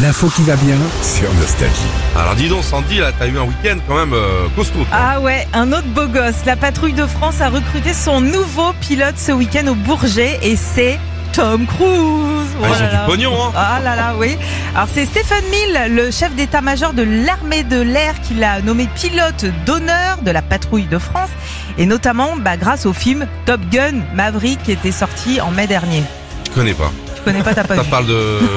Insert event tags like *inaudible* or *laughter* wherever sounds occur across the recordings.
L'info qui va bien sur Nostalgie. Alors dis donc Sandy, là t'as eu un week-end quand même euh, costaud. toi. Ah ouais, un autre beau gosse. La patrouille de France a recruté son nouveau pilote ce week-end au Bourget et c'est Tom Cruise. Ah, Oh ils là ont là. du pognon hein Ah là là, oui. Alors c'est Stéphane Mill, le chef d'état-major de l'armée de l'air, qui l'a nommé pilote d'honneur de la patrouille de France, et notamment bah, grâce au film Top Gun Maverick qui était sorti en mai dernier. Je connais pas. Tu *laughs* connais pas, t'as pas Ça vu. parle de... *laughs*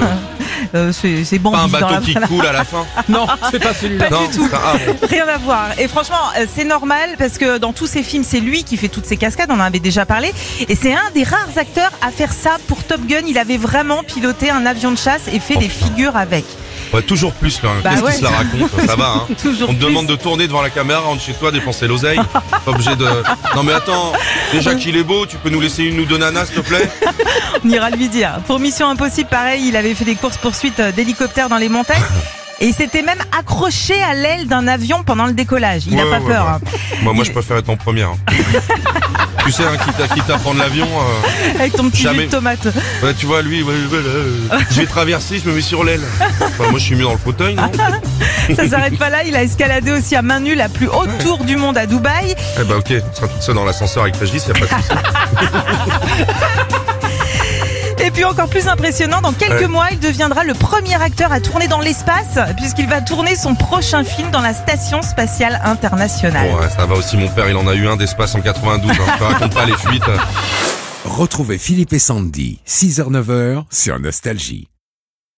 Euh, c'est c'est bon. pas un dans la... bateau qui coule à *laughs* la fin Non, c'est pas celui-là. Non, ça- ah, bon. Rien à voir. Et franchement, euh, c'est normal parce que dans tous ces films, c'est lui qui fait toutes ces cascades. On en avait déjà parlé. Et c'est un des rares acteurs à faire ça pour Top Gun. Il avait vraiment piloté un avion de chasse et fait Oh, des putain. figures avec. Ouais, toujours plus là. Bah Qu'est-ce ouais. qu'ils se la racontent Ça va hein *laughs* Toujours On te plus. demande de tourner devant la caméra, rentre chez toi, dépenser *laughs* l'oseille. Pas obligé de... Non mais attends, déjà qu'il est beau, tu peux nous laisser une ou deux nanas s'il te plaît On ira lui dire. Pour Mission Impossible, pareil, il avait fait des courses poursuites euh, d'hélicoptères dans *laughs* les montagnes. Et il s'était même accroché à l'aile d'un avion pendant le décollage. *laughs* Il n'a Ouais, pas ouais, peur. ouais. hein. Moi, moi je préfère être en première. *laughs* hein. tu sais, hein, quitte, à, quitte à prendre l'avion... euh, Avec ton petit Jamais. jus de tomate. Ouais, tu vois, lui, ouais, ouais, là, euh, je vais traverser, je me mets sur l'aile. Enfin, moi, je suis mieux dans le fauteuil, non Ça s'arrête pas là. Il a escaladé aussi à main nue la plus haute tour du monde à Dubaï. Eh bah, ok, on sera toute seule dans l'ascenseur avec Régis, y a pas de souci. Et puis encore plus impressionnant, dans quelques Ouais. mois, il deviendra le premier acteur à tourner dans l'espace, puisqu'il va tourner son prochain film dans la Station Spatiale Internationale. Bon, ouais, ça va aussi, mon père, il en a eu un d'espace en 92. Hein. Je te raconte pas les fuites. Retrouvez Philippe et Sandy, 6h-9h sur Nostalgie.